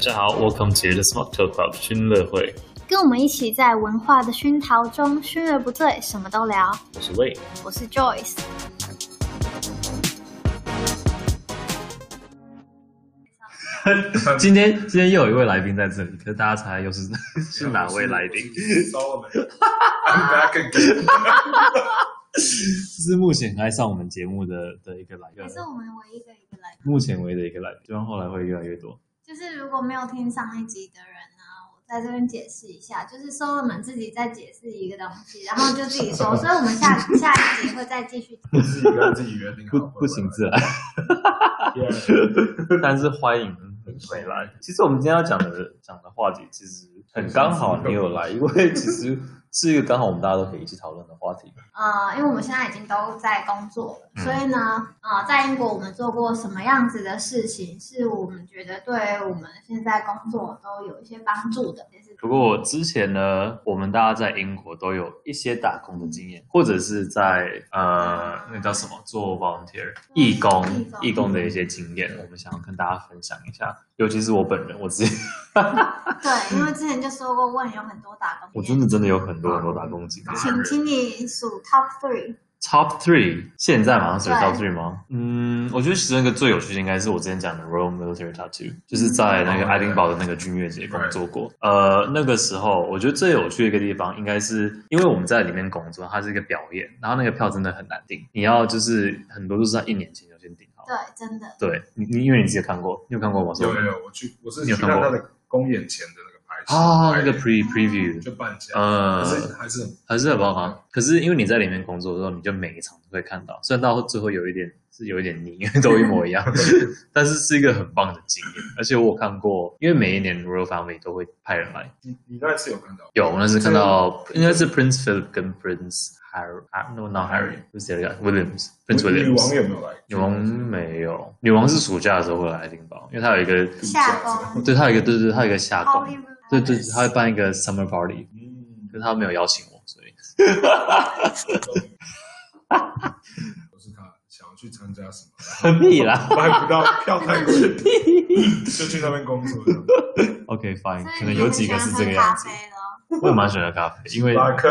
家好，Welcome to the Smart Talk Club 熏乐会，跟我们一起在文化的熏陶中，熏而不醉，什么都聊。我是魏。我是 Joyce。今天今天又有一位来宾在这里，可是大家猜又是 是哪位来 宾？烧我们，大家更更是目前还上我们节目的的一个来宾也，是我们唯一的一个来宾，目前为的一个来宾，希望后来会越来越多。就是如果没有听上一集的人呢、我在这边解释一下，就是 Solomon 自己在解释一个东西，然后就自己 说，所以我们下下一集会再继续听。自己跟自己约定不好，不请自来，但是欢迎回来。其实我们今天要讲的讲的话题，其实很刚好你有 来，因为其实是一个刚好我们大家都可以一起讨论的话题。呃，因为我们现在已经都在工作了，嗯所以呢，呃，在英国我们做过什么样子的事情，是我们觉得对我们现在工作都有一些帮助的， 也是不过之前呢，我们大家在英国都有一些打工的经验，或者是在呃，那叫什么做 volunteer 义工义工义工的一些经验，我们想要跟大家分享一下。尤其是我本人，我自己对，因为之前就说过，问有很多打工， 我真的真的有很多很多打工经验。请请你数 top three。 Top three，现在马上选对 Top three 吗？嗯，我觉得其中一个最有趣的应该是我之前讲的 Royal Military Tattoo，就是在那个爱丁堡的那个军乐节工作过。呃，那个时候我觉得最有趣的一个地方，应该是因为我们在里面工作，它是一个表演，然后那个票真的很难订，你要就是很多都是在一年前就先订好。对，真的。对，你你因为你自己有看过，你有看过吗？有有有，我去，我是你有去看看过他的公演前的那个拍戏啊，拍那个 pre preview，就半价，呃可，是还是很还是很棒啊。可是因为你在里面工作的时候，你就每一场都会看到，虽然到最后有一点是有一点腻，因 为都一模一样，但是是一个很棒的经验。而且我有看过，因为每一年 Royal Family 都会派人来，你你那次有看到？有我那是看到应该是 Prince Philip 跟 Prince Harry，啊，no not Harry，不是谁来？Williams，Prince 女女王 Williams。有没有来？女王没有，女王是暑假的时候会来爱丁堡，因为她有一个，下工对她有一个，对对，对她有一个夏宫， Hollywood，对对，她会办一个 summer party，嗯可，是她没有邀请我，所以 我是他想要去参加什么，何必啦？买不到票太贵，就去那边工作这样。 OK fine，所以可你能有很几个喜是欢喝这个咖样子啡。咯我也蛮喜欢喝咖啡，因为马 克，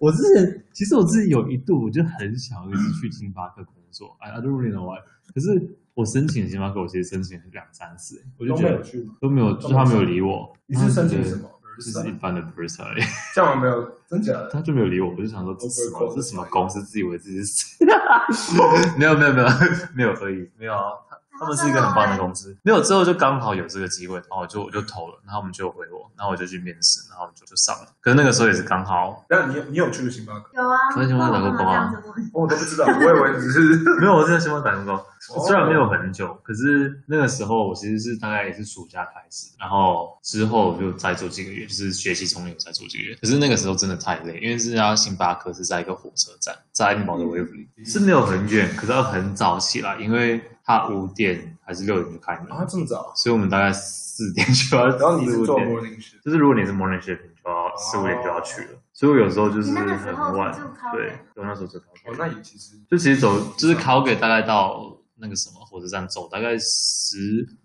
我之前其实我自己有一度我就很想要一直去星巴克工作，I I don't really know why。可是我申请星巴克，我其实申请了两三次，欸我就都觉没有得去吗？都没有，就是他没有理我。你是申请什么？么？就是一般的 p e r s o n 这样有没有？真假的？他就没有理我，我就想说这是什么 Overcooked 这是什么公司，自以为自己是谁？ 没有没有没有没有恶意，没有啊。他们是一个很棒的公 司。没有之后就刚好有这个机会，然后我就我就投了，然后我们就有回我，然后我就去面试，然后我就就上了。可是那个时候也是刚好，那你有你有去过星巴克？有啊，所以请问那哪个我干国嘛这啊样子问？我都不知 道，我以为只是没有我真的新闻打工过，哦虽然没有很久，可是那个时候我其实是大概也是暑假开始，然后之后就再做几个月，就是学习从零再做几个月。可是那个时候真的太累，因为是要星巴克是在一个火车站，在爱丁嗯堡的威弗利，是没有很远，可是要很早起来，因为它五点还是六点就开门，啊，这么早？所以我们大概四点就要，然后你是四五做点 morning shift，就是如果你是 morning shift，你就要四五点就要去了。所以我有时候就是哦你那个时很候晚是住 Calgary，对，我那时候就考哦，那也其实就其实走就是考给大概到那个什么火车站走大概十，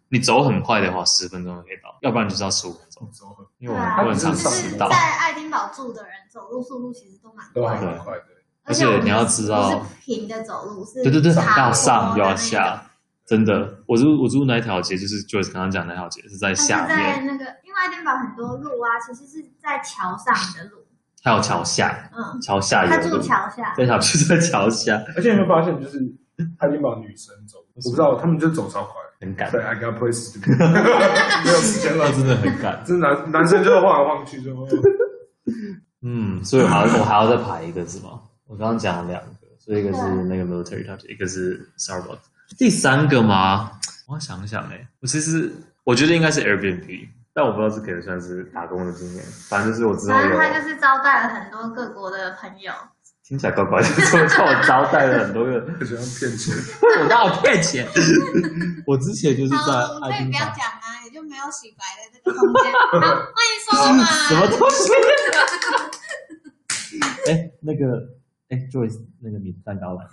你走很快的话十分钟就可以到，要不然就是要十五分钟，走很因为我们对啊我很常就迟是到在。爱丁堡住的人，走路速度其实都蛮都还快的，蛮快的。啊而且我们你要知道不是平的走路，是对对对，要要上又要，嗯下，真的。我住我住那一条街，就是 Joyce 刚刚讲那条街是在它是下在面，那个，因为爱丁堡很多路啊，其实是在桥上的路，还有桥下，嗯，桥下他有住路，桥下，这条就在桥下，而且你有没有发现，就是他已经把女生走，我不知道，他们就走超快。很赶，对，I got places to be，没 有时间了那。真的很赶。这男男生就是晃来晃去， 就哦嗯，所以我还要我还要再排一个是吗？我刚刚讲了两个，所以一个是对啊那个 military touch，一个是 Starbucks，第三个吗？我要想想哎、我其实我觉得应该是 Airbnb，但我不知道这可以算是打工的经验，反正就是我之后反正有啊他就是招待了很多各国的朋友，听起来怪怪的，所以叫我招待了很多个， 喜欢骗 钱。我让我骗钱。 我之前就是在好，我爱可以丁不要堡，讲啊，也就没有洗白的这个空间。好，欢迎收嘛。什么东西？哎、那个哎、j o y c e 那个你的蛋糕来了，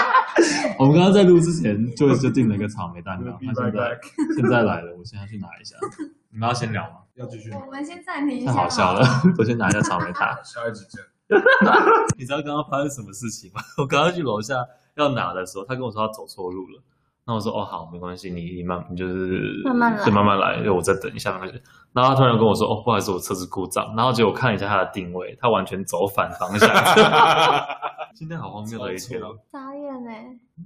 我们刚刚在录之前就就订了一个草莓蛋 We'll 糕， be 他 right 现在 back，现在来了，我现在去拿一下。你们要先聊吗？要继续吗我们先暂停一下。太好笑了。，我先拿一下草莓塔。下一集见。你知道刚刚发生什么事情吗？ 我刚刚去楼下要拿的时候，他跟我说他走错路了。那我说哦好，没关系，你你慢，你就是慢慢来对，慢慢来，就我再等一下，没关系。然后他突然跟我说哦，不好意思，我车子故障。然后结果我看了一下他的定位，他完全走反方向。 今天好荒谬的一天超哦！导演呢、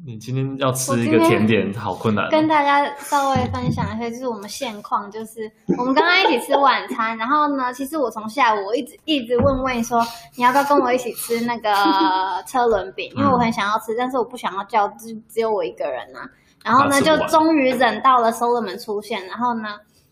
你今天要吃一我个今甜天点，好困难哦。跟大家稍微分享一下，就是我们现况，就是我们刚刚一起吃晚餐，然后呢， 其实我从下午我一直一直问问说，你要不要跟我一起吃那个车轮饼，因为我很想要吃，但是我不想要叫，只只有我一个人啊。然后呢，把它吃就不完终于忍到了 Solomon 出现，然后呢，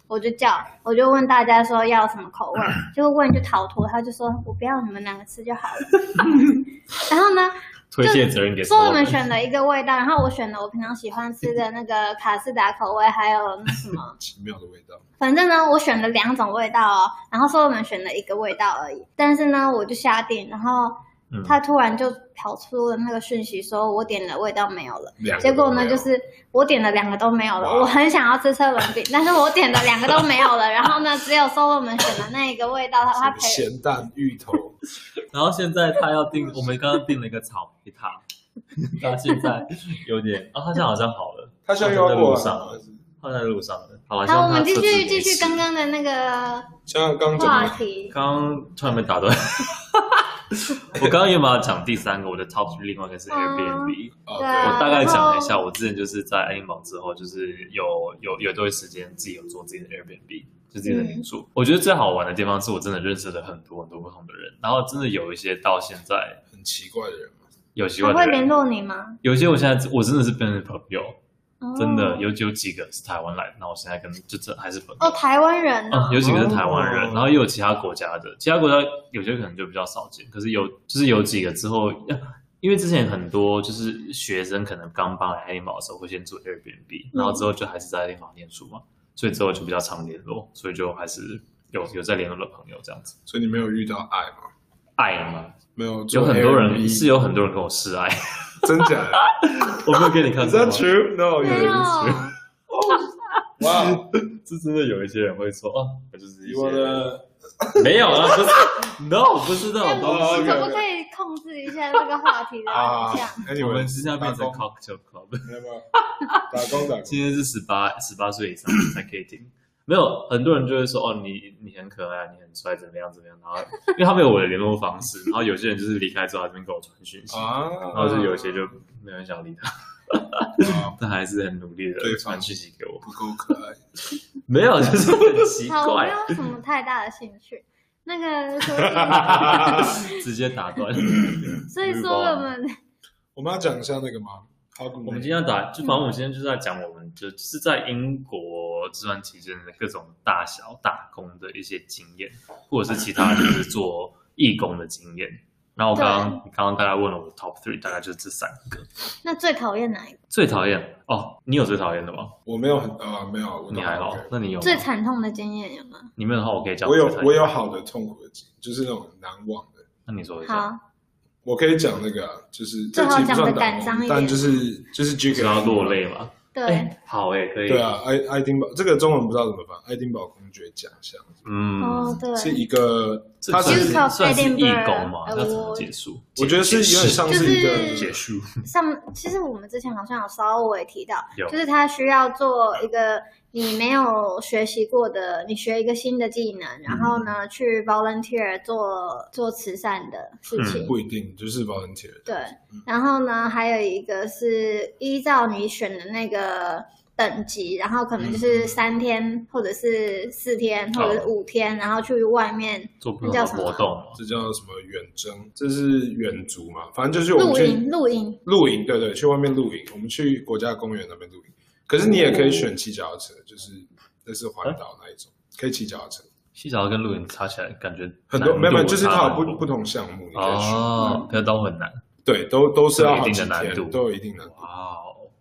我就叫，我就问大家说要什么 口味，结果问就逃脱，他就说我不要你们两个吃就好了。 然后呢，推卸责任给所以我所有们人选了一个味道，然后我选了我平常喜欢吃的那个卡士达口味，还有那什么，奇妙的味道，反正呢，我选了两种味道哦，然后所以我们选了一个味道而已。但是呢，我就下定，然后嗯他突然就跑出了那个讯息，说我点的味道没有了。两个结果呢，都没就有是我点的两个都没有了。哇我很想要吃车轮饼， 但是我点的两个都没有了。然后呢，只有 s o l o m 选的那一个味道，他他什么陪咸蛋芋头，然后现在他要订，我们刚刚订了一个草莓塔，他现在有点，啊、他现在好像好了，他现在又要过来他了。他在路上了。好了，希好，我望他们继车子续没继续事刚刚的那个像刚刚讲话的，题。刚刚突然被 打断，我刚刚原本要讲第三个，我的 top 是另外一个是哦 Airbnb，、哦我对啊大概讲了一下，然后我之前就是在 a n i m a 之后，就是有有有一段时间自己有做自己的 Airbnb，就自己的民宿。嗯我觉得最好玩的地方是我真的认识了很多很多不同的人，然后真的有一些到现在很奇怪的人嘛，有习他惯会的联人，络你吗？有些我现在我真的是变成朋友，哦真的有有几个是台湾来的，那我现在跟就这还是朋友哦，。台湾人啊哦，，有几个是台湾人，哦然后也有其他国家的，其他国家有些可能就比较少见，可是有就是有几个之后，因为之前很多就是学生可能刚搬来黑猫的时候会先住 Airbnb，然后之后就还是在黑猫念书嘛，所以之后就比较常联络，所以就还是有有在联络的朋友这样子。所以你没有遇到爱吗？爱嘛，没有，有做很多人 Airbnb 是有很多人跟我示爱，真假的我没有给你看 ？Is 过 that 吗， true? No，没有，哦哇，是真的有一些人会说啊，就是一你些我的 没有啊，不是，no，不是那种 东西。哦可不可以控制一下这个话 题的啊方向？我们，Anyway，私下变成打工 cocktail club。没有没有打工打工，今 天是十八十八岁以上的才可以听。 没有很多人就会说哦，你你很可爱，你很帅，怎么样怎么样？然后因为他们有我的联络方式， 然后有些人就是离开之后还这边给我传讯息，啊，然后就有一些就没有人想理他，啊但还是很努力的对方传讯息给我。不够可爱，没有，就是很奇好，我没怪，有什么太大的兴趣。那个， 所直接打断。以 所以说我们我们要讲一下那个吗？好，我们今天要打，就反正我们今天就是在讲我们就就是在英国这段期间的各种大小打工的一些经验，或者是其他就是做义工的经验。然后我刚刚你刚刚大概问了我 top three，大概就是这三个。那最讨厌哪一个？最讨厌哦，你有最讨厌的吗？我没有很啊，没有，我你还好，那你有吗？最惨痛的经验有吗？你没有的话，我可以讲我有最讨厌我有好的痛苦的经验，就是那种难忘的。那你说一下。好，我可以讲那个啊，就是最好这集不讲得算感打伤一工，点但就是就是是 Jig 要落泪吗？对，好诶，可以。对，啊，爱爱丁堡这个中文不知道怎么翻，爱丁堡公爵奖项哦嗯，对，是一个，这它算是是 Duke of 算是义工吗？ Edinburgh 呃它怎么结束？我觉得是有点像是一就是个结束。上其实我们之前好像有稍微提到有，就是他需要做一个你没有学习过的，你学一个新的技能，然嗯后呢去 volunteer 做做慈善的事情。嗯不一嗯定就是 volunteer 对，然后呢还有一个是依照你选的那个。等级，然后可能嗯就是三天，或者是四天，或者是五天，然后去外面做不同的活动吗？这叫什么远征？这是远足嘛？反正就是我们露去营，露营露营，对对，去外面露营，我们去国家公园那边露营。可是你也可以选骑脚踏车，就是那是环岛那一种，可以骑脚踏车。洗澡跟露营擦起来感觉很多没有没有，就是它它有不不同项目，你可以选。哦，可是都很难。对，都都是要都有好几一定的难度天，都有一定难度。哇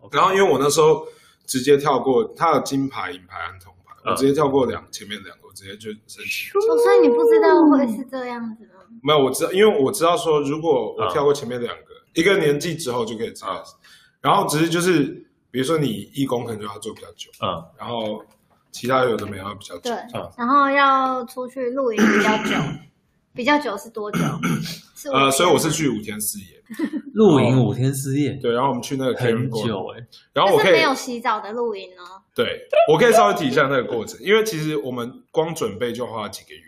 哦！然后因为我那时候直接跳过，它有金牌、银牌和铜牌，嗯我直接跳过两前面两个，我直接就申请。哦，所以你不知道会是这样子吗？没有，我知道，因为我知道说，如果我嗯啊跳过前面两个，一个年纪之后就可以直接。然后只是就是，比如说你义工可能就要做比较久，嗯，然后其他有的没有要比较久对，嗯，然后要出去露营比较 久，比较久是多久？是五呃，天所以我是去五天四夜，露营五天四夜，对，然后我们去那个 Karen 很过，久哎、然后我但是可以 没有洗澡的露营哦。对，我可以稍微提一下那个过程，因为其实我们光准备就花了几个月，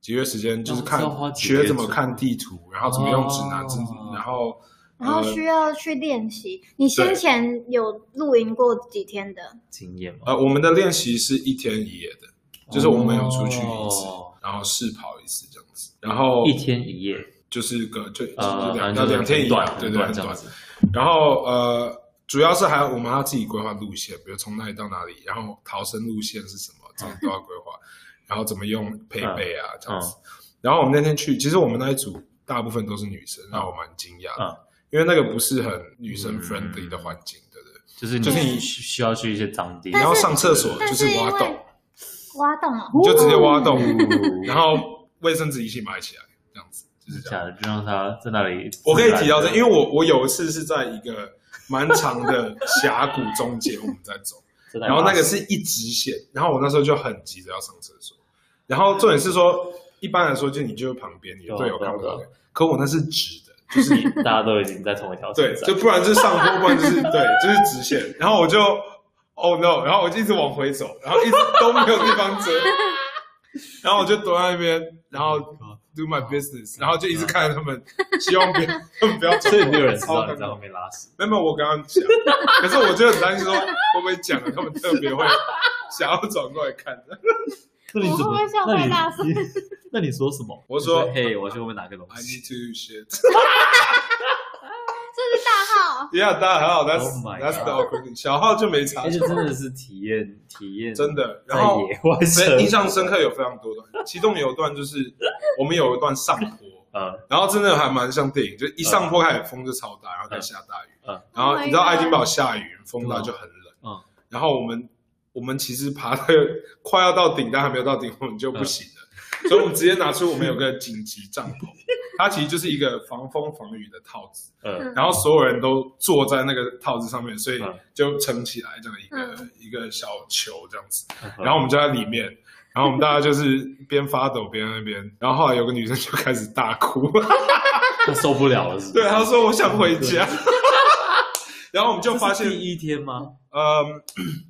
几个月时间，就是看哦要花几个月学怎么看地图，然后怎么用指南针哦，然后然后呃需要去练习。你先前有露营过几天的？经验哦嘛，呃，我们的练习是一天一夜的，就是我们有出去一次，哦然后试跑一次这样子，然后一天一夜，就是个就哦就呃，反两到正就是两天很一夜短，，对很对，短很这短样。子。然后呃，主要是还有我们要自己规划路线，比如从哪里到哪里，然后逃生路线是什么，这样都要规划，然后怎么用配嗯备啊，这样子。然后我们那天去，其实我们那一组大部分都是女生，嗯让我蛮惊讶的，因为那个不是很女生 friendly 的环境，对不对？就是你就是你需需要去一些脏地，但你是要上厕所但就是因挖为洞，挖洞哦，你就直接挖洞， 哦然后卫生纸一起买起来，这样子就是这样。假的，就让他在那里。我可以提到这，因为我我有一次是在一个蛮长的峡谷中间，我们在 走。真的然后那个是一直线，然后我那时候就很急着要上厕所，然后重点是说，一般来说就你就旁边你的队友对看啊不对啊到对啊，可我那是直的，就是你大家都已经在同一条对线，上就不然就是上坡，不然就是对，就是直线，然后我就 oh no，然后我就一直往回走，然后一直都没有地方遮，然后我就躲在那边，然后 do my business，然后就一直看着他们，希望别他们不要走，所以没有人知超道尴你在尬后面拉屎。没有，没有我刚刚讲，可是我就很担心说会不会讲了，他们特别会想要转过来看。那你怎么我会不会笑太大那声你那你说什么？我说嘿，我去后面拿个东 I 西。 need to shit. 这是大号。 Yeah，大家好，That's、 Oh my That's the God awkward. thing. 小号就没差而，且真的是体验体验，真的。在然后野外 所以印生象深刻有非常多段，其中有一段就是我们有一段上坡，呃，然后真的还蛮像电影，就一上坡开始风就超大，然后再下大雨，嗯嗯然后 Oh my 你知道 God 爱丁堡下雨，风大就很冷，嗯然后我们我们其实爬到 快要到顶，但还没有到顶，我们嗯就不行了，所以我们直接拿出我们有个紧急帐篷，它其实就是一个防风防雨的套子，呃，嗯然后所有人都坐在那个套子上面，所以嗯就撑起来这样一个、嗯一个小球这样子，然后我们就在里面，然后我们大家就是边发抖边在那边，然后后来有个女生就开始大哭， 他受不了了，是不是对，她说我想回家， 然后我们就发现这是，第一天吗？嗯，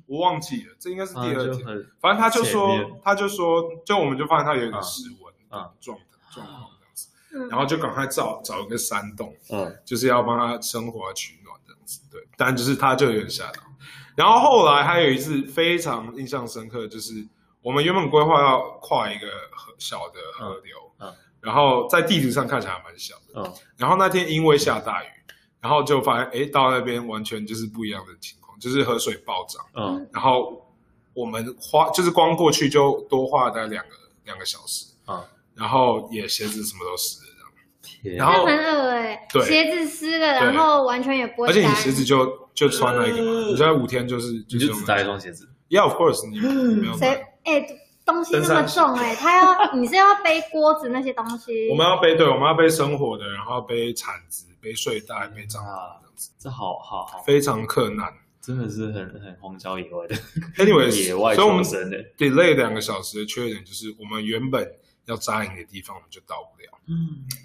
我忘记了，这应该是第啊二就天，很反正她就前说面，她就说，就我们就发现她有一点嗯失温嗯状状况这样子，嗯然后就赶快找找一个山洞，嗯，就是要帮他生活取暖这样子。对，但就是他就有点吓到。然后后来还有一次非常印象深刻，就是我们原本规划要跨一个河小的河流，嗯嗯然后在地图上看起来还蛮小的，嗯然后那天因为下大雨，然后就发现诶到那边完全就是不一样的情况，就是河水暴涨，嗯然后我们花就是光过去就多花了大概两个两个小时，嗯，然后也鞋子什么都湿了这天，样，然后那很恶哎、对鞋子湿了，对然后完全也不会嗯而干。且你鞋子就就穿那个嘛，呃你在五天就是你就是就用只那带个一双鞋子， Yeah, of course，你没有谁买。哎、东西那么重哎、他要 你是要背锅子那些东西。我们要背对，我们要背生活的，然后背铲子、背睡袋、背帐啊篷，这样子这好好好，非常困难。真的是很很荒郊野外的 Anyways， 野外所以我们求生的， delay 两个小时的缺点就是，我们原本要扎营的地方我们就到不了，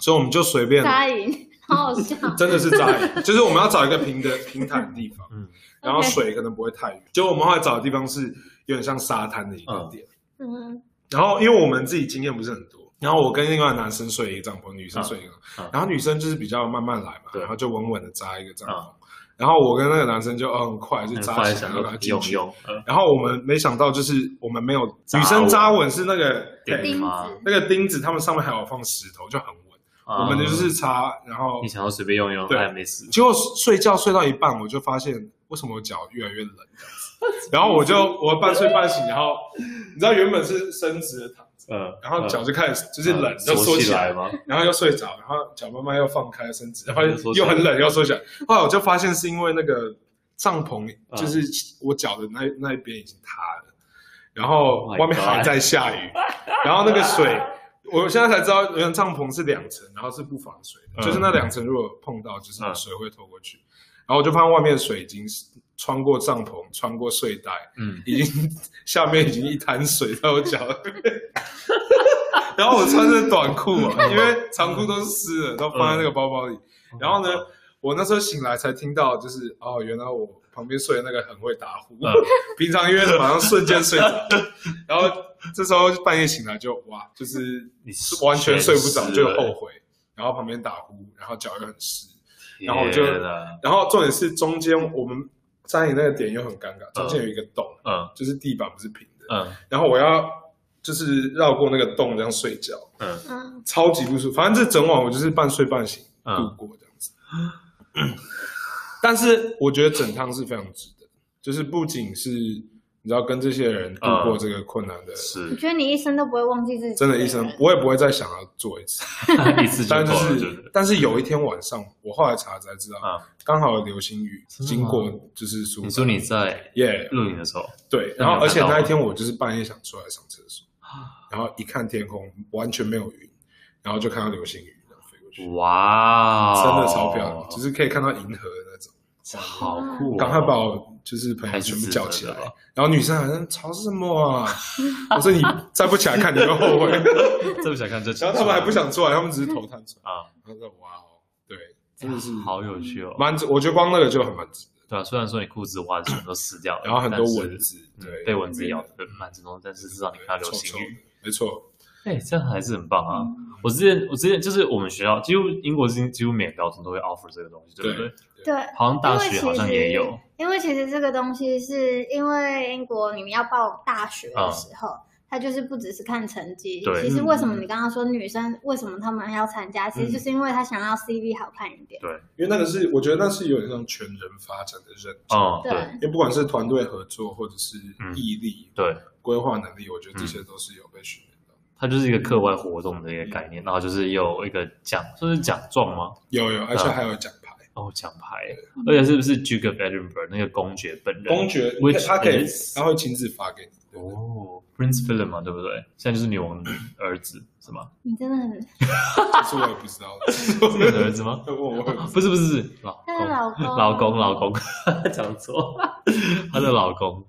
所以我们就随便，嗯扎营，好好笑。真的是扎营，就是我们要找一个平的平坦的地方，嗯然后水可能不会太远。结果我们后来找的地方是有点像沙滩的一个嗯点。嗯，然后因为我们自己经验不是很多，然后我跟另外男生睡一个帐篷，女生睡一个帐嗯篷嗯，然后女生就是比较慢慢来嘛，对然后就稳稳的扎一个帐篷嗯，然后我跟那个男生就哦很快就扎发现起来，想然后把要它进用去。用，呃然后我们没想到就是我们没有扎女稳生扎稳是那个对对钉吗子。那个钉子，他们上面还有放石头，就很稳。我们的就是插，然啊后你想要随便用用，对还没死，结果睡觉睡到一半，我就发现为什么我脚越来越冷这 样子，然后我就我半睡半醒，然后你知道原本是伸直的躺。呃，然后脚呃就开始就是冷，呃就缩缩起来来，吗？然后又睡着，然后脚慢慢又放开伸直，然后又缩起又来很冷又缩起来。后来我就发现是因为那个帐篷，嗯就是我脚的那那一边已经塌了，然后 Oh my 外面 God 还在下雨，然后那个 水，我现在才知道原来帐篷是两层，然后是不防水的，嗯就是那两层如果碰到，就是嗯水会透过去。然然后我就发现外面的水已经穿过帐篷，穿过睡袋，嗯，已经下面已经一滩水在我脚那边。 然后我穿着短裤 啊，因为长裤都是湿的，都放在那个包包里。嗯 然后呢，我那时候醒来才听到，就是哦，原来我旁边睡的那个很会打呼，啊 平常因为马上瞬间 睡着，然后这时候半夜醒来就哇，就是你完全睡不着，全湿就了后悔，然后旁边打呼，然后脚又很湿，天啊然后我就然后重点是中间我们站你那个点又很尴尬，中间有一个洞，嗯就是地板不是平的，嗯然后我要就是绕过那个洞这样睡觉，嗯，嗯，超级不舒服。反正这整晚我就是半睡半醒嗯度过这样子。但是我觉得整趟是非常值得，就是不仅是你知道跟这些人度过这个困难的，我是觉得你一生都不会忘记自己，真的，一生我也不会再想要做一次。 一次 就够但就了，是，但是有一天晚上，我后来查才知道啊，刚好有流星雨真的吗经过，就是苏你说你在耶，录影的时候，对，那然后你有而且看到啊那一吗天我就是半夜想出来上厕所，然后一看天空完全没有云，然后就看到流星雨这样飞过去，哇，哦真的超漂亮，就是可以看到银河的那种。好酷哦，赶快把我就是朋友还是全部值叫得起的来吧，然后女生好像吵什么啊？我说你再不起来看你会后悔。 这么想看这，然后他们还不想出来，他们只是头探出来。啊，他说哇哦，对，真的是好有趣哦，蛮值，我觉得光那个就很蛮值得。对啊，虽然说你裤子袜全部都撕掉了，然后很多但是蚊子，嗯对，被蚊子咬对，的蛮严重，但是至少你看到流星雨，臭臭的没嗯错。哎，这样还是很棒啊！我之前我之前就是我们学校，几乎英国几乎几乎每个高中都会 offer 这个东西，对不对？对。好像大学好像也有，因为其实这个东西是因为英国你们要报大学的时候，它就是不只是看成绩。嗯对其实为什嗯么你刚刚说女生为什么她们还要参加，其实就是因为她想要 CV 好看一点。因为那个是，我觉得那是有点像全人发展的认知，嗯，对，对因为不管是团队合作，或者是毅力、嗯对，规划能力，我觉得这些都是有被训练到。它就是一个课外活动的一个概念，然后就是有一个奖，算是奖状吗？有有，而且还有奖牌，哦，奖牌，而且是不是 Duke of Edinburgh 那个公爵本人？公爵 which 他可以 is- 他会亲自发给你。哦，Prince Philip 嘛，对不对？现在就是女王的儿子是吗？你真的很，可是我也不知道，是女王的儿子 吗？我我不是不是是老她公。的老公哦老公，老公， 讲错，她的老公，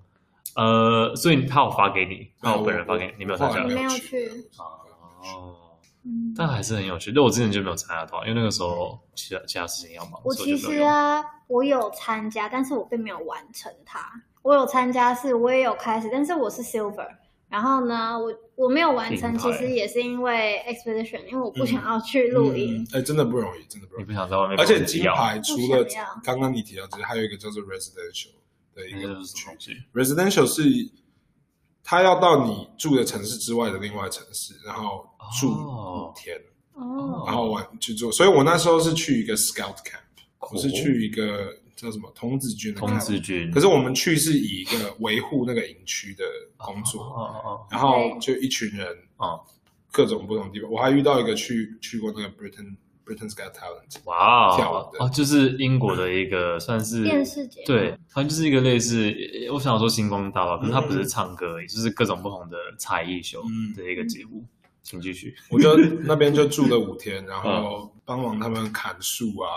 呃，所以他有发给你，那我本人发给你，你没有参加我没有去去。哦，嗯但还是很有趣。但我之前就没有参加到，因为那个时候其他其他事情要忙，我所以其就没实有啊，我有参加，但是我并没有完成它。我有参加是，我也有开始，但是我是 silver。然后呢，我我没有完成，品牌其实也是因为 expedition，因为我不想要去露营。嗯，哎，真的不容易，真的不你容易。不想在外面而跟别且人金要，牌除了不想要刚刚你提到，就是还有一个叫做 residential 的一那个个是区哎什么东西？ residential 是它要到你住的城市之外的另外城市，然后住哦五天，哦，然后晚去做。所以我那时候是去一个 scout camp，我是哦去一个叫什么童子军的童 camp，子军，可是我们去是以一个维护那个营区的工哦作，哦然后就一群人哦哦，各种不同地方。我还遇到一个去去过那个 Britain Britain Scout Talent，哇跳哦的，哦，就是英国的一个算是电视节目对，它就是一个类似，呃我想说星光大道，可是它不是唱歌而已，就是各种不同的才艺秀嗯的一个节目。请继续。我就那边就住了五天，然后帮忙他们砍树啊，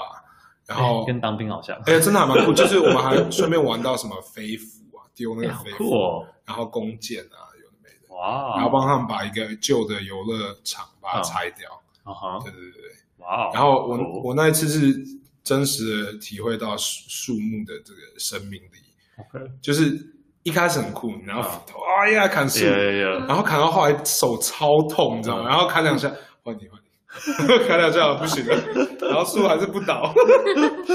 然后嗯 跟当兵好像，哎、真的还蛮酷，就是我们还顺便玩到什么飞斧啊，丢那哎个好飞酷斧，哦！然后弓箭啊，有的没的，然后哇，哦帮他们把一个旧的游乐场把它拆掉，啊哈，对对对对。哇哦！然后我、哦我那一次是真实的体会到树树木的这个生命力， OK 啊就是一开始很酷，你拿斧头，哎呀砍树，有有然后砍到后来手超痛，你知道啊吗？然后砍两下，换你 换你，砍两下不行了，然后树还是不倒，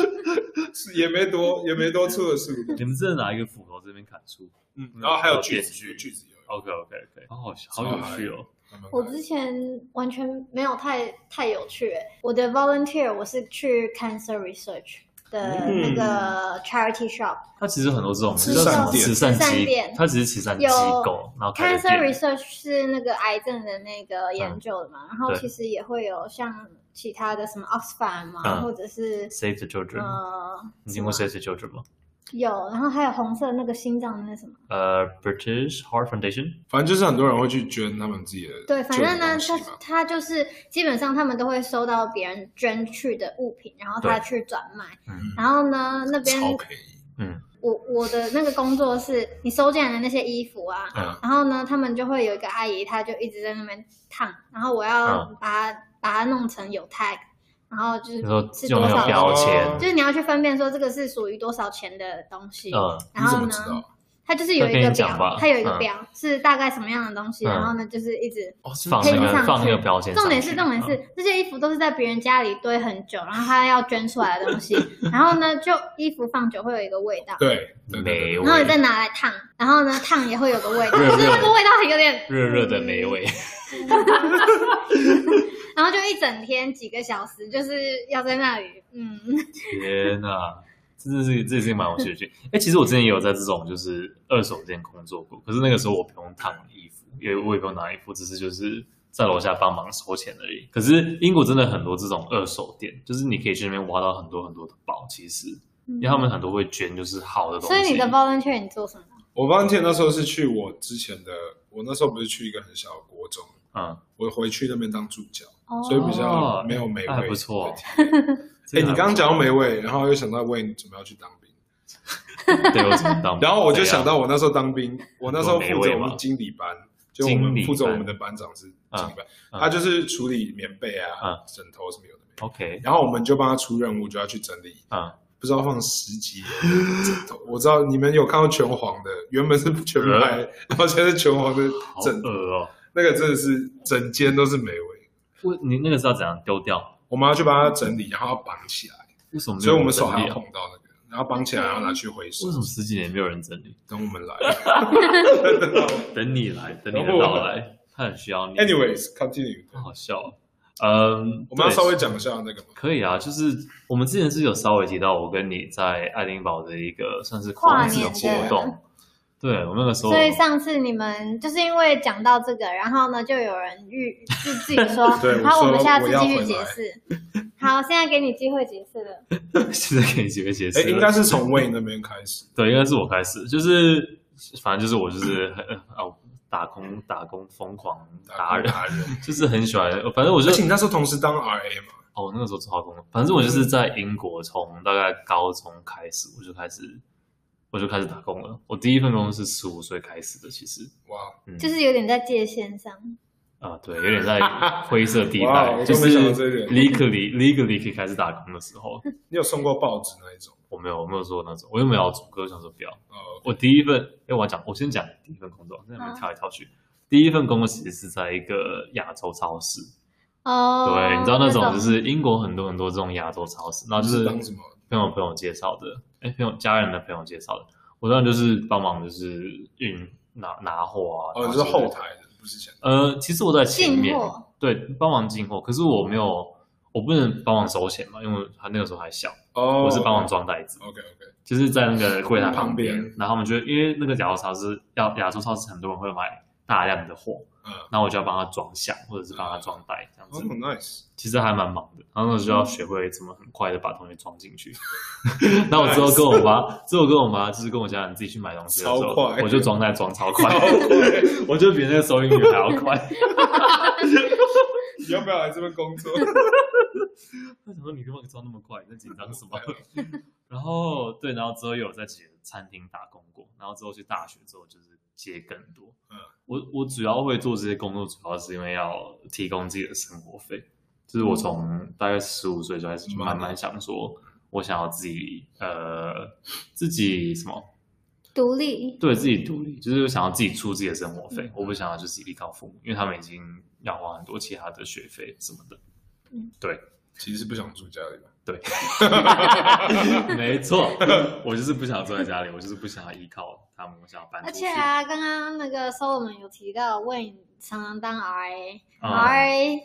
也没多也没多粗的树，你们真的拿一个斧头这边砍树嗯，然后还有锯子，电锯锯子有， ？OK OK OK，好好笑好有趣哦！慢慢来我之前完全没有太太有趣欸。我的 volunteer 我是去 cancer research 的嗯那个 charity shop，、它其实很多这种慈善就是店慈善慈善机店，它只是慈善机有构，然后开 Cancer 的店 Research 是那个癌症的那个研究的嘛，然嗯后对其实也会有像其他的什么 Oxfam 嘛，嗯或者是，Save the Children，呃，你听过什么 Save the Children 吗？有，然后还有红色那个心脏的那什么，呃，British Heart Foundation，反正就是很多人会去捐他们自己的对，反正呢，旧他的东西嘛他就是基本上他们都会收到别人捐去的物品，然后他去转卖嗯，然后呢那边超便宜，我我的那个工作是，你收件人的那些衣服啊，嗯然后呢，他们就会有一个阿姨，她就一直在那边烫，然后我要嗯把它、把它弄成有 tag，然后就是你说是用多那个少，标签，哦就是你要去分辨说这个是属于多少钱的东西，嗯然你怎后么知呢，道？它就是有会一跟个你讲吧表，它有一个嗯表、是大概什么样的东西，嗯然后呢就是一直哦，是放黑那上个去放那个标签上重去。点是，重点是、这些衣服都是在别人家里堆很久，然后他要捐出来的 东西，然后呢，就衣服放久会有一个味道，对，对对霉对味，然后你再拿来烫，然后呢，烫也会有个味道，热就是热那的个味道很有点，热热的霉味，嗯然后就一整天几个小时，就是要在那里，嗯，天哪！真的是，这是一个蛮有趣的剧。哎、其实我之前也有在这种就是二手店工作过，可是那个时候我不用烫衣服，因为我也不用拿衣服，只是就是在楼下帮忙收钱而已。可是英国真的很多这种二手店，就是你可以去那边挖到很多很多的宝，其实，因为他们很多会捐就是好的东西。所以你的 volunteer 你做什么？我帮倩那时候是去我之前的，我那时候不是去一个很小的国中，嗯，我回去那边当助教，哦所以比较哦没有美那还味。不错哎、 真的你还刚刚讲到美味，然后又想到问你准备要去当兵， 对我怎么当？然后我就对啊想到我那时候当兵，我那时候负责我们经理班，就我经理们班负责我们的班长是经理班，嗯他就是处理棉被啊、嗯枕头什么有的没的， OK，然后我们就帮他出任务，就要去整理。嗯，不知道放十几个枕头， 我知道你们有看到拳皇的，原本是全白，然后现在是拳皇的呃好枕恶哦、那个真的是整间都是霉味，我你那个是要怎样丢掉？我们要去帮它整理，然后要绑起来，为什么没所有以人整理啊？我们手还要碰到那个，然后绑起来，然后拿去回收为。什么十几年没有人整理？等我们来。 等你来，等你然的后我到来，他很需要你。 Anyways，continue，很好笑哦。嗯，我们要对稍微讲一下那个嘛，可以啊，就是我们之前是有稍微提到，我跟你在爱丁堡的一个算是跨孔子的年活的动。对，我们那个时候，所 以上次你们就是因为讲到这个，然后呢，就有人预就自己说 对，然后我我们说下次我要继回续解来释。好，现在给你机会解释了。现在给你几个解释哎，了，应该是从 Wayne 那边开始，对，应该是我开始，就是反正就是我就是很哦，打工打工疯狂达人，达人，就是很喜欢，反正我就而且你那时候同时当 RA 嘛，哦，那个时候超疯狂，反正我嗯就是在英国，从大概高中开始，我就开始，我就开始打工了。我第一份工是十五岁开始的，其实哇，就是有点在界限上，啊、对，有点在灰色地哇带，哦我都就是没想到这一点 legally legally 可以开始打工的时候，你有送过报纸那一种？我没有我没有说那种，我又没有要主歌，我想说不要。哦，我第一份，哎，我要讲，我先讲第一份工作，在那边跳来跳去。第一份工作其实是在一个亚洲超市，哦，对，你知道那种就是英国很多很多这种亚洲超市，然后哦就是当什么？朋友朋友介绍的，哎，朋友家人的朋友介绍的，我当然就是帮忙就是运拿拿货啊。哦，拿你这是个后。台的，不是前台。呃，其实我在前进面，货，对，帮忙进货，可是我没有，我不能帮忙收钱嘛，因为他那个时候还小，哦，我是帮忙。装袋子， OK OK，就是在那个柜台旁边旁边，然后我们就因为那个亚洲超市，要亚洲超市很多人会买大量的货，嗯，那我就要帮他装箱或者是帮他装袋这样哦子。 ，nice，其实还蛮忙的，然后那时候就要学会怎么很快的把东西装进去。那我之后跟我妈，之后跟我妈就是跟我家人自己去买东西的时候超快，我就装袋装超快， 我就比那个收银员还要快。 你要不要来这边工作？为什么你干嘛装那么快？你在紧张什么？然后对，然后之后又有在几个餐厅打工过，然后之后去大学之后就是接更多。嗯嗯，我我主要会做这些工作，主要是因为要提供自己的生活费。就是我从大概十五岁就开始就慢慢想说，我想要自己呃自己什么独立，对自己独立，就是想要自己出自己的生活费，我不想要就是依靠父母，因为他们已经要花很多其他的学费什么的。 其实是不想住家里吧？ 没错，我就是不想坐在家里，我就是不想要依靠他们，我想要搬出而去。且啊，刚刚那个 Solomon 有提到，问你常常当 RA，RA，、啊 RA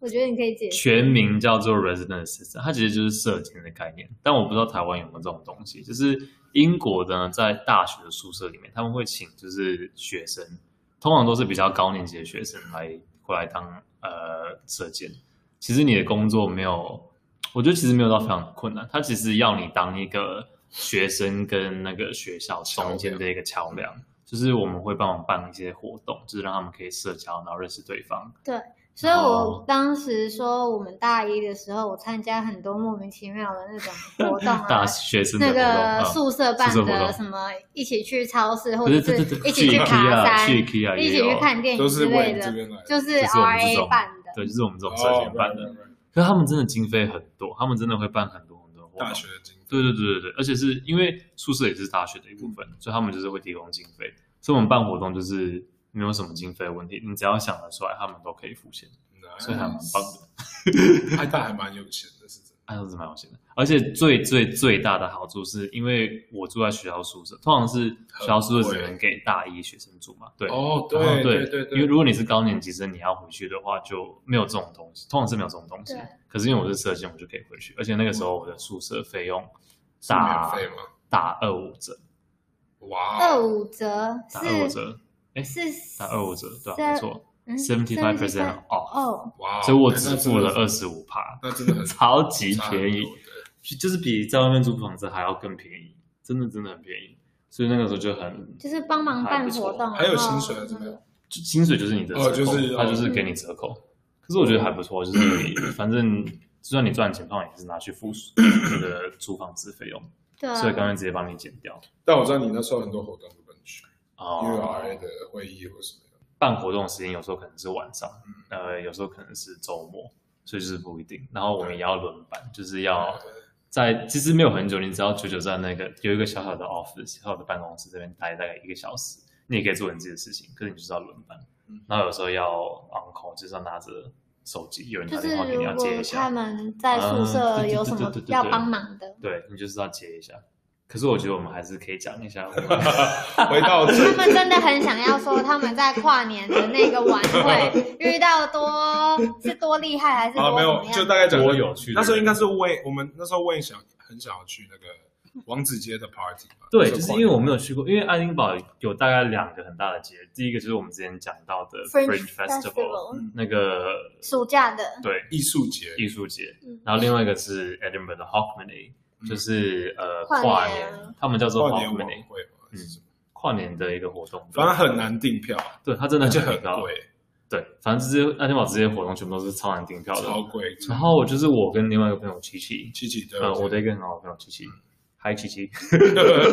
我觉得你可以解释。全名叫做 resident assistant，它其实就是射箭的概念，但我不知道台湾有没有这种东西。就是英国的呢，在大学的宿舍里面，他们会请就是学生，通常都是比较高年级的学生来过来当呃射箭。其实你的工作没有，我觉得其实没有到非常困难，它其实要你当一个学生跟那个学校中间的一个桥梁。就是我们会帮忙办一些活动，就是让他们可以社交，然后认识对方。对，所以哦我当时说，我们大一的时候，我参加很多莫名其妙的那种活动 啊，大学生的那活动个嗯宿舍办宿舍活的动什么，一起去超市，或对者对是对对，一起去爬 IKEA 山，去 IKEA 一也起去有，看电都影是哎之为类你这的，边来的。就就是是我们这 RA 种办的。对，就是我们这种社哦群办的。 right, right, right 可是他们真的经费很多，他们真的会办很多很多活动大。学的经对对对对对，而且是因为宿舍也是大学的一部分，嗯所以他们就是会提供经费，所以我们办活动就是没有什么经费的问题，你只要想得出来，他们都可以付钱，哎哦所以还蛮棒的。历，哎爱大还蛮有钱的，是真的。按样子蛮有钱的，而且最最最大的好处是因为我住在学校宿舍，通常是学校宿舍只能给大一学生住嘛，对，哦，然后对对对因为对，如果你是高年级生，你要回去的话就没有这种东西，通常是没有这种东西对。可是因为我是社监，我就可以回去，而且那个时候我的宿舍费用是免打费吗？打二五折，哇，二五折打二五是折，哎，是打二五折，对啊，三没错嗯，seventy five percent 75% off，哦，哇，所以我那只真的付了二十五趴，那真的 很超级便宜差很。多对就是比在外面租房子还要更便宜，真的真的很便宜。所以那个时候就很，就是帮忙办活动，还不错然后还有薪水啊真的就薪水就是你的折扣，哦就是他就是给你折扣。可是我觉得还不错，就是 你反正就算你赚钱，通常也是拿去付那个租房子费用，对啊，所以干脆直接帮你减掉。但我知道你那时候很多活动都不能去，因为哦， RA 的会议或什么的。办活动的时间有时候可能是晚上，嗯呃，有时候可能是周末，所以就是不一定。然后我们也要轮班，就是要在其实没有很久，你只要九九站那个有一个小小的 office，小小的办公室这边待大概一个小时，你也可以做你自己的事情，可是你就是要轮班嗯，然后有时候要 on call，就是要拿着手机，有人就打是电话给你如要果接一他下，们在宿啊舍对对有对什么对对对要对帮忙的，对你就是要接一下。可是我觉得我们还是可以讲一 下我们，回到他正们真的很想要说他们在跨年的那个晚 会遇到多是多厉害还是 啊，多没怎有么，就样？大概讲多有趣的人那时候应该是为我们那时候为想很想要去那个王子街的 party 嘛。对，就是跨因为我没有去过，因为爱丁堡有大概两个很大的节，第一个就是我们之前讲到的 Fringe Festival，嗯那个暑假的，对艺术节，艺术节嗯，然后另外一个是 Edinburgh 的 Hogmanay，嗯就是呃跨跨年年啊，他们叫做跨年晚 Hogmanay 会嘛，嗯是什么跨年的一个活动，反正很难订票，对，它真的而且很很难 搞，贵，对，反正这些爱丁堡这些活动全部都是超难订票的。超贵。然后就是我跟另外一个朋友琪琪，七七对，呃，我的一个很好的朋友琪琪，嗨琪琪，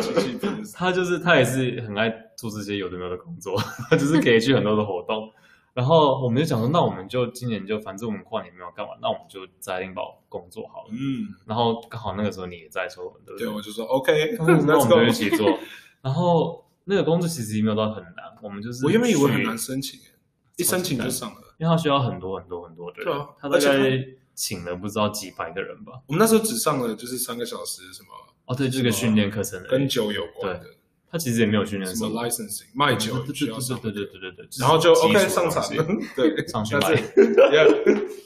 七七真的是他就是他也是很爱做这些有的没有的工作， 他就是可以去很多的活动。然后我们就想说，那我们就今年就反正我们跨年没有干嘛，那我们就在爱丁堡工作好了。嗯，然后刚好那个时候你也在说，对不对，我就说 OK，嗯那我 们 let's 就一起 go。做。然后那个工作其实也没有到很难，我们就是我原本以为去很难，申请，欸一申请就上了。因为他需要很多很多很多的对人啊，他大而且概请了不知道几百个人吧。我们那时候只上了就是三个小时，什么哦，对，这个训练课程而跟已，酒有关的，他其实也没有训练什什么么 licensing 卖酒对需对要对 上，对对对对对，然后就基础的 OK 上东场西了， 对，上去但买是。yeah，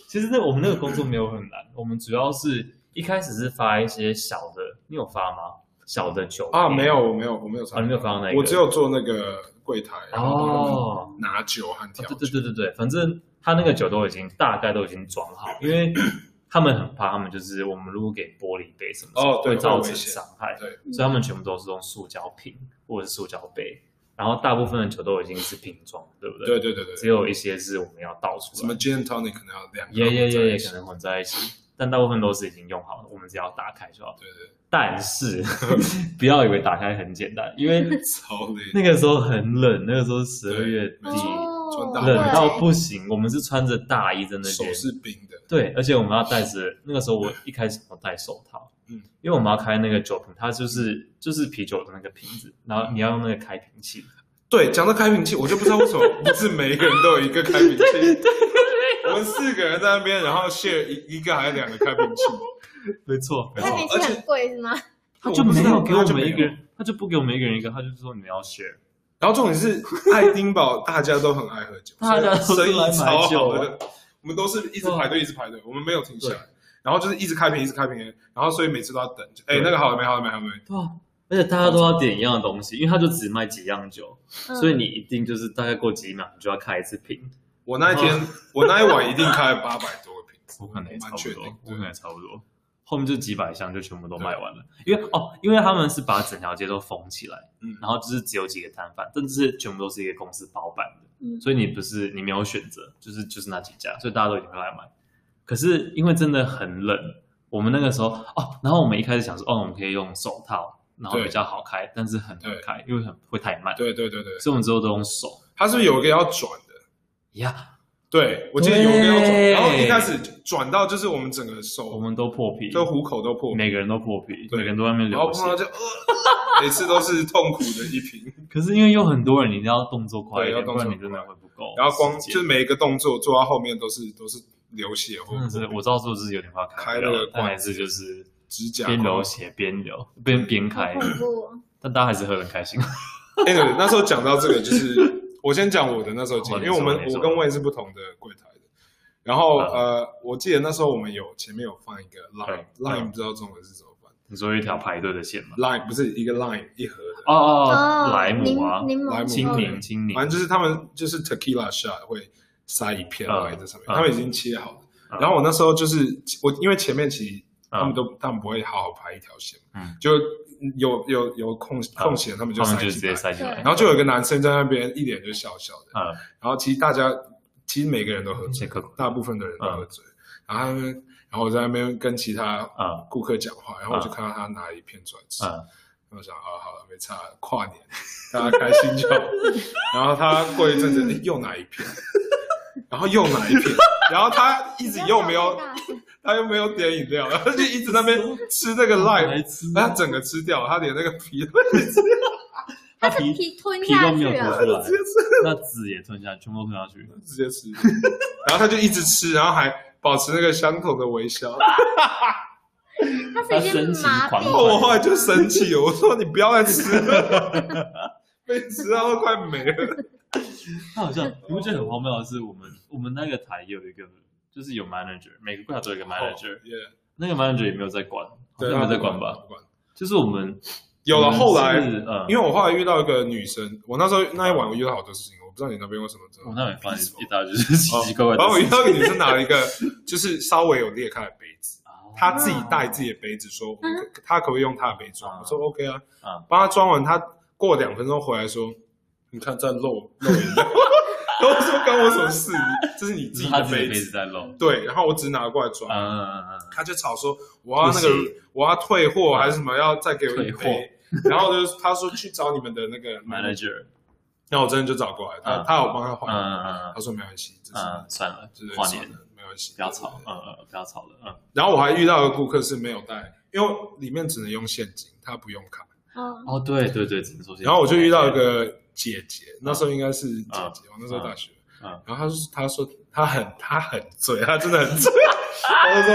其实那我们那个工作没有很难，我们主要是一开始是发一些小的，你有发吗？小的酒啊，瓶没有，我没有，我没有啊，参你加没有，发到那个，我只有做那个柜台，然后哦，拿酒和调对酒对，对对对，反正他那个酒都已经大概都已经装好，因 为他们很怕，他们就是我们如果给玻璃杯什么的哦对会造会有成危险伤害，对所以他们全部都是用塑胶瓶或者是塑胶杯，然后大部分的酒都已经是瓶装，对不对？对对对对，只有一些是我们要倒出来，什么 gin and tonic 可能要两个也也也也在一起可能混在一起，但大部分都是已经用好了，我们只要打开就好。对对，但 是不要以为打开很简单，因为超累，那个时候很冷，那个时候十二月底没，错哦穿大，冷对嗯到不行。我们是穿着大衣在那手边，是冰的，对，而且我们要戴着。那个时候我一开始我戴手套，嗯因为我们要开那个酒瓶，它就是就是啤酒的那个瓶子，然后你要用那个开瓶器，对，讲到开瓶器，我就不知道为什么不是每一个人都有一个 开瓶器。我们四个人在那边，然后 share 一一个还是两个开瓶器，没错，对，开瓶器而且很贵是吗？他我就不没知道有给我他就们没一个有人，他就不给我们一个人一个，他就说你们要 share。然后重点是爱丁堡大家都很爱喝酒， 大家都是所以生来意买超酒好啊的。我们都是一直排队，一直排队，我们没有停下来。然后就是一直开瓶，一直开瓶，然后所以每次都要等。就哎，对那个好了没？好了没？好了没？对啊，而且大家都要点一样的东西，因为他就只卖几样酒，嗯所以你一定就是大概过几秒你就要开一次瓶。我那一天，我那一晚一定开了八百多个瓶子，我可能也我差嗯蛮不确定多，我可能对也差不多。后面就几百箱就全部都卖完了，因为哦，因为他们是把整条街都封起来，嗯然后就是只有几个摊贩，但是全部都是一个公司包办的，嗯所以你不是你没有选择，就是就是那几家，所以大家都一定会来买。可是因为真的很冷，我们那个时候哦，然后我们一开始想说，哦，我们可以用手套，然后对比较好开，但是很难对开，因为很会太慢，对对对对，所以我们之后都用手它是不是有一个要转的？呀，对，我记得有一个要转，对然后一开始转到就是我们整个我手们都破皮，就虎口都破，每个人都破皮，对每个人都在外面然后流碰到血。就呃， 每次都是痛苦的一 瓶。可是因为有很多人，你一定要动作快一对点，要动不作然你真的会不够时间。然后光就是每一个动作做到后面都是都是流血或真的是，我知道这是有点快开嗯开掉了了个，但罐还是就是指甲边流血边流边边好开， 恐怖哦！但大家还是喝得很开心。 哎，对，那时候讲到这个，就是我先讲我的那时候经好哦你历，因为我们说你我说跟魏是不同的柜台的。然后嗯呃，我记得那时候我们有前面有放一个对 line，line 嗯不知道中文是怎么翻你说一条排队的线吗？ ，line 不是一个 line 一盒的，哦哦，哦，莱姆啊，柠柠莱檬姆青哦柠青柠反，正就是他们就是 tequila shot 会塞一片 line 在上面，嗯他们已经切好了。嗯然后我那时候就是我，因为前面其实他们嗯都他们不会好好排一条线，嗯就有有有空空闲，他们就他们塞就直进接来。塞进来然。后就有一个男生在那边一脸就笑笑的，嗯，然后其实大家其实每个人都喝谢醉，可大部分的人都喝醉。然后他们，然后我在那边跟其他嗯顾客讲话，然后我就看到他拿一片出来吃，嗯，然后我想啊，好了，没差，跨年大家开心 就好。然后他过一阵子诶又拿一片，然后又拿一片，然后他一直又没有，他又没有点饮料，然后就一直在那边吃那个白 lime，痴他整个吃掉，他连那个皮都他皮皮皮吞皮下都没有去啊吐了出， 来，那籽也吞下去，全部都吞下去。直接吃， 然后他就一直吃，然后还保持那个相同的微笑。他是已他经麻神情痹狂然后欢了，哦我后来就生气了，我说你不要再吃了， 被吃到都快没了。他好像，你不觉得很荒谬的是，我们我们那个台有一个，就是有 manager，每个柜台都有哦一个 manager，、 Yeah，那个 manager 也没有在管，好对，像没哦有在管吧？？就是我们有了，后来嗯，因为我后来遇到一个女生，我那时候那一晚我遇到好多事情，我不知道你那边为什么这我哦样。那里发现一大堆 就是奇奇怪怪然后我的遇事情，到一个女生拿了 一个就是稍微有裂开的杯子，她自己带自己的杯子说，啊她可不可以用她的杯装？我说 OK 啊嗯，帮她装完，她过两分钟回来说，你看在漏漏饮 料，然后我说关我什么事？你这是你自是己他的自己杯的杯子子。在漏，对，然后我只拿过来装，嗯嗯嗯嗯，他就吵说我要那个不行我要退货还是什么，要再给我一退货杯。然后就是他说去找你们的那 个 manager，那我真的就找过来，他嗯他有帮他嗯换，嗯嗯他说没关系，哦这是嗯，算了这，是跨算年了，没关系，不要吵，对嗯嗯，不要吵了，嗯，然后我还遇到一个顾客是没有带，因为里面只能用现金，他不用卡。嗯，哦对对哦对，只啊能说这样然后我就遇到一个姐姐，那时候应该是姐姐，我那时候大学嗯。然后她说，她说她很她很醉，她真的很 醉。她就说，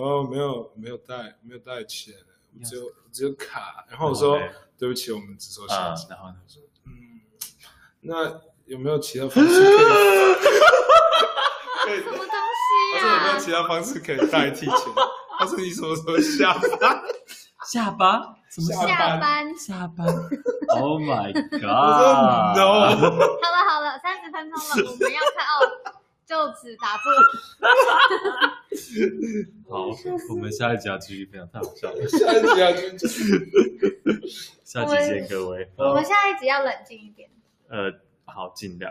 哦，没有没有带没有带钱，只有只有卡。然后我说，嗯对不起，我们只收现嗯金。，然后呢？嗯，那有没有其他方式可以？可以什么她说有没有东西啊其他方式可以代替钱？她说你什么时候下班？下巴？什么啊？下下班，下巴 ？Oh my 我 god！说 no。好了好了，三十分钟了，我们要看哦，就此打住。好，我们下一集要继续分享，太好笑了。下一集啊，就下集见，各位。我们下一集要冷静一点。呃，好，尽量。